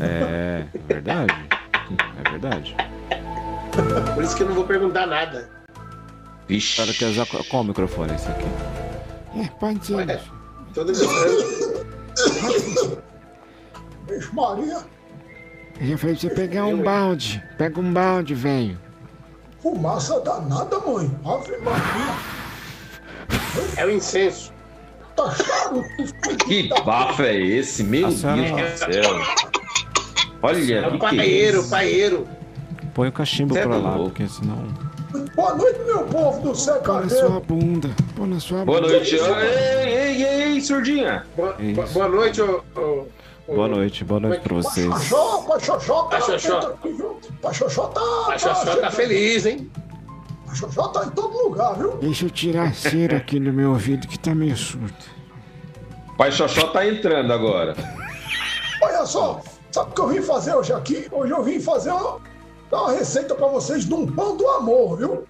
É, é verdade. É verdade. Por isso que eu não vou perguntar nada. Vixe. Cara, quer usar qual qual microfone é esse aqui? É, pode ser. Olha. isso. Todo mundo. Vixe, Maria, Eu falei pra você pegar um balde. Pega um balde, velho. fumaça danada, mãe. Ave Maria, É o incenso. tá charuto. Que bafo é esse? Meu A Deus senhora- do céu. É Olha, o que que é isso? paeiro, paeiro. Põe o cachimbo Cê é pra lá, louco. porque senão. Boa noite, meu povo do Põe na sua Secadeiro. bunda. Põe na sua Boa bunda. noite. Ô, Ei, ei, ei, surdinha. Boa, Isso. bo- boa noite, ô. ô- ô- Boa noite, boa noite pra vocês. Pachó, Pachó, Pachó. Pachó. Pachó tá. A Xoxó tá chegando. feliz, hein? Pachó tá em todo lugar, viu? Deixa eu tirar a cera aqui no meu ouvido que tá meio surdo. Pai Xoxó tá entrando agora. Olha só, sabe o que eu vim fazer hoje aqui? Hoje eu vim fazer uma, dar uma receita pra vocês de um pão do amor, viu?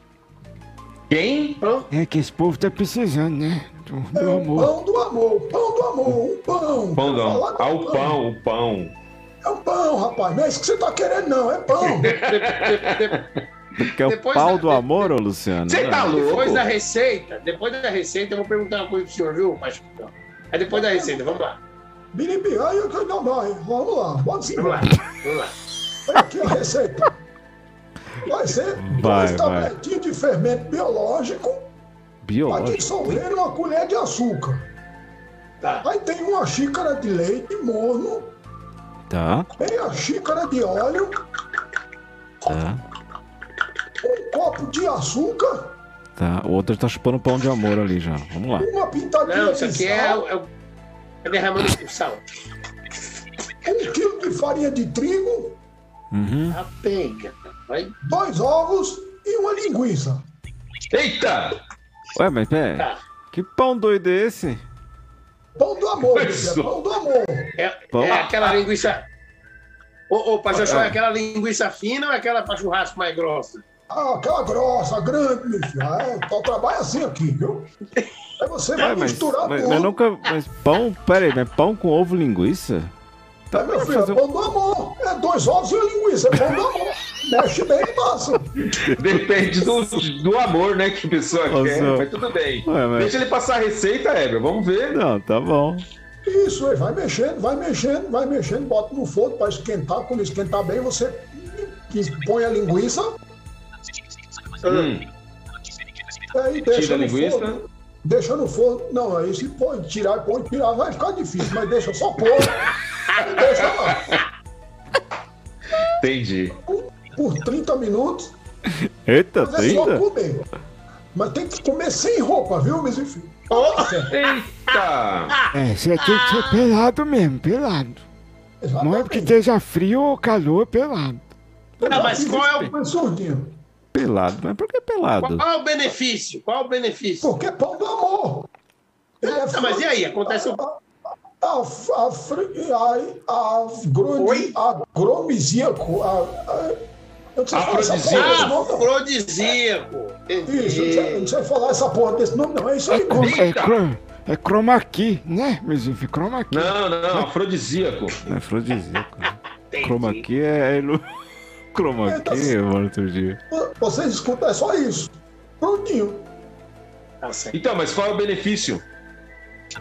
Quem? É que esse povo tá precisando, né? Do, do É um amor. pão do amor, pão do amor, um pão. Pão do Falar amor. do Ah, o pão, o pão. É um pão, rapaz, não é isso que você tá querendo, não, é pão. De- de- de- Porque é o Depois pau da- do amor, ô Luciano. Cê né? tá louco? depois da receita, depois da receita, eu vou perguntar uma coisa pro senhor, viu, Paixão? É depois da receita, vamos lá. Biribi, aí eu não vai. Vamos lá, bota sim. Vamos lá, Olha vamos lá. aqui a receita. Vai ser Vai, vai. dois tabletinhos de fermento biológico, vai Biológico. dissolver uma colher de açúcar. Tá. Aí tem uma xícara de leite morno, Tá, meia xícara de óleo, tá, um copo de açúcar, tá. O outro tá chupando pão de amor ali já. Vamos lá. uma pitadinha Não, isso de aqui é, sal, o- é, o- é derramando o sal. um quilo de farinha de trigo, Uhum. A penca. Vai. dois ovos e uma linguiça. Eita! Ué, mas pera. Tá. Que pão doido é esse? Pão do amor, Isso. é pão do amor. É, Pão. é aquela linguiça. Ô, ô Paixão, é aquela linguiça fina ou é aquela pra churrasco mais grossa? Ah, aquela grossa, grande, meu filho. É, o trabalho é assim aqui, viu? Aí você vai Ué, É, mas, misturar mas, tudo. mas nunca. Mas pão. Pera aí, mas pão com ovo e linguiça? Tá, É, meu vai filho, fazer é um- pão do amor. É dois ovos e uma linguiça, é pão do amor. Mexe bem e passa. Depende do, do amor, né, que a pessoa Ô, quer, Zé. mas tudo bem. Ué, mas- Deixa ele passar a receita, Heber, vamos ver. Não, tá bom. Isso, aí vai mexendo, vai mexendo, vai mexendo, bota no forno para esquentar. Quando esquentar bem, você põe a linguiça, Hum, aí deixa tira a no linguiça. forno. Deixa no forno. Não, aí se põe, tirar, põe, tirar, vai ficar difícil, mas deixa só pôr. Aí deixa lá. Entendi. Por 30 minutos, Eita, mas é só 30? comer. Mas tem que comer sem roupa, viu, mas enfim. Eita! É, você tem que ser pelado mesmo, pelado. tá Não é porque esteja frio ou calor, pelado. Não, mas qual é o, Mas surdinho. Pelado, mas por que pelado? qual é o benefício? Qual é o benefício? Porque é pão do amor. Ele é Tá, mas e aí? Acontece o. A, a, fri- a, a, grande, Oi? a gromizíaco. A, a, eu não sei falar essa porra desse Ah, nome, não. Afrodisíaco. Isso, eu não sei- eu não sei falar essa porra desse nome, não. É isso aí, como É, cro, é chroma key, né, meus filhos? Chroma key. Não, não, afrodisíaco. É afrodisíaco. né? Entendi. Chroma key é. é ilu- Chroma key, mano, outro dia. vocês escutam, é só isso. Prontinho. Tá certo. Então, mas qual é o benefício?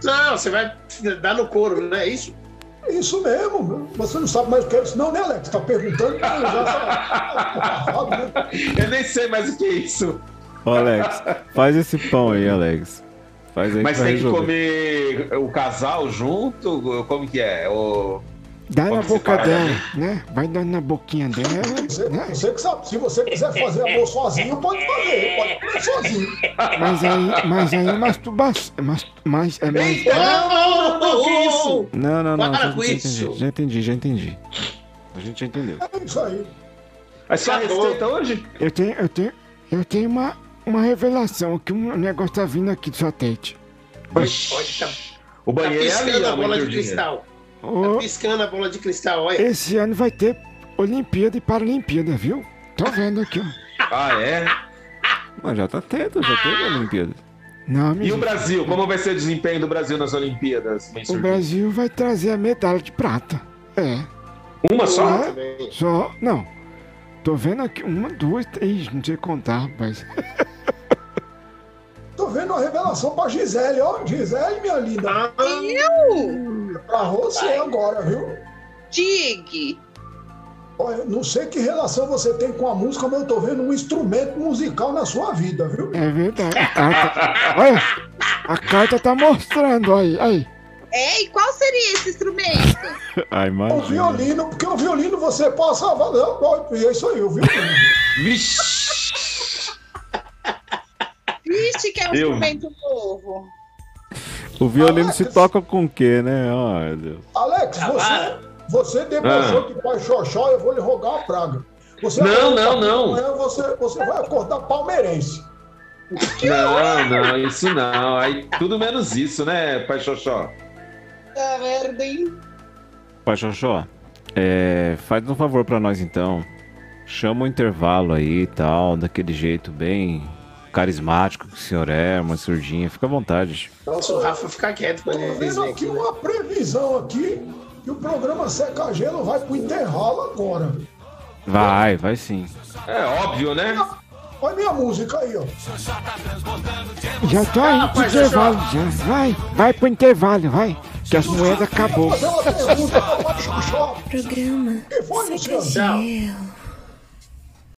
Não, você vai dar no couro, não é isso? É Isso mesmo. meu. Você não sabe mais o que é isso, não, né, Alex? Tá perguntando, mas eu já sabe, né? Eu nem sei mais o que é isso. Ô, Alex, faz esse pão aí, Alex. Faz aí Mas vai tem que resolver. comer o casal junto? Como que é? O... Dá na Vamos boca separar, dela, né? Vai dando na boquinha dela, Você, né? você que sabe. Se você quiser fazer amor sozinho, pode fazer. Pode comer sozinho. Mas aí, mas aí é masturbação. Mas, mas é mais. Eita! Não, não, não, que isso? Não, não, não. Para já, com já isso. entendi, já entendi, já entendi. A gente já entendeu. É isso aí. Mas é só a Acabou. receita hoje? Eu tenho, eu tenho, eu tenho uma, uma revelação que um negócio tá vindo aqui do satélite. Olha, tá, O tá banheiro é ali, piscando a ó, bola de Mandir Dinheiro. cristal. Tá Ô, piscando a bola de cristal, olha. esse ano vai ter Olimpíada e Paralimpíada, viu? Tô vendo aqui, ó. Ah, é? Mas já tá tendo, já teve a Olimpíada. Não, E o menino, Brasil? Como vai ser o desempenho do Brasil nas Olimpíadas? o Brasil vai trazer a medalha de prata. É. Uma só? Ah, Só. Não. Tô vendo aqui. Uma, duas, três. Não sei contar, rapaz. Tô vendo uma revelação pra Gisele, ó. Gisele, minha linda. Ah, Eu? Pra você agora, viu? Dig. Olha, não sei que relação você tem com a música, mas eu tô vendo um instrumento musical na sua vida, viu? É verdade. A carta- Olha, a carta tá mostrando aí. Aí. É, e qual seria esse instrumento? Ai, O imagina. Um violino, porque o violino você passa. Não, não, é isso aí, o violino. Vixe! Vixe, que é Eu. um instrumento novo. O violino se toca com o quê, né? Ó, meu Deus. Alex, Ah, você, você demonstrou que faz xoxó, eu vou lhe rogar uma praga. Você Não, acorda não, não. Amanhã você, você vai acordar palmeirense. Não, não, isso não. Aí, tudo menos isso, né, Pai Xoxó? Tá merda, hein? Pai Xoxó, é, faz um favor pra nós então. Chama o intervalo aí e tal, daquele jeito bem carismático que o senhor é, uma surdinha. Fica à vontade. Nossa, o Rafa fica quieto quando Tô ele vendo desenha aqui aqui. né? uma previsão aqui que o programa Seca Gelo vai pro intervalo agora. Vai, vai sim. É óbvio, né? Olha minha música aí, ó. Já tô indo pro rapaz, intervalo já. Vai, vai pro intervalo, vai. Que as moedas acabou. Fazer uma pergunta pra Xuxó. Programa Quem foi, Luciano? Seca Gelo.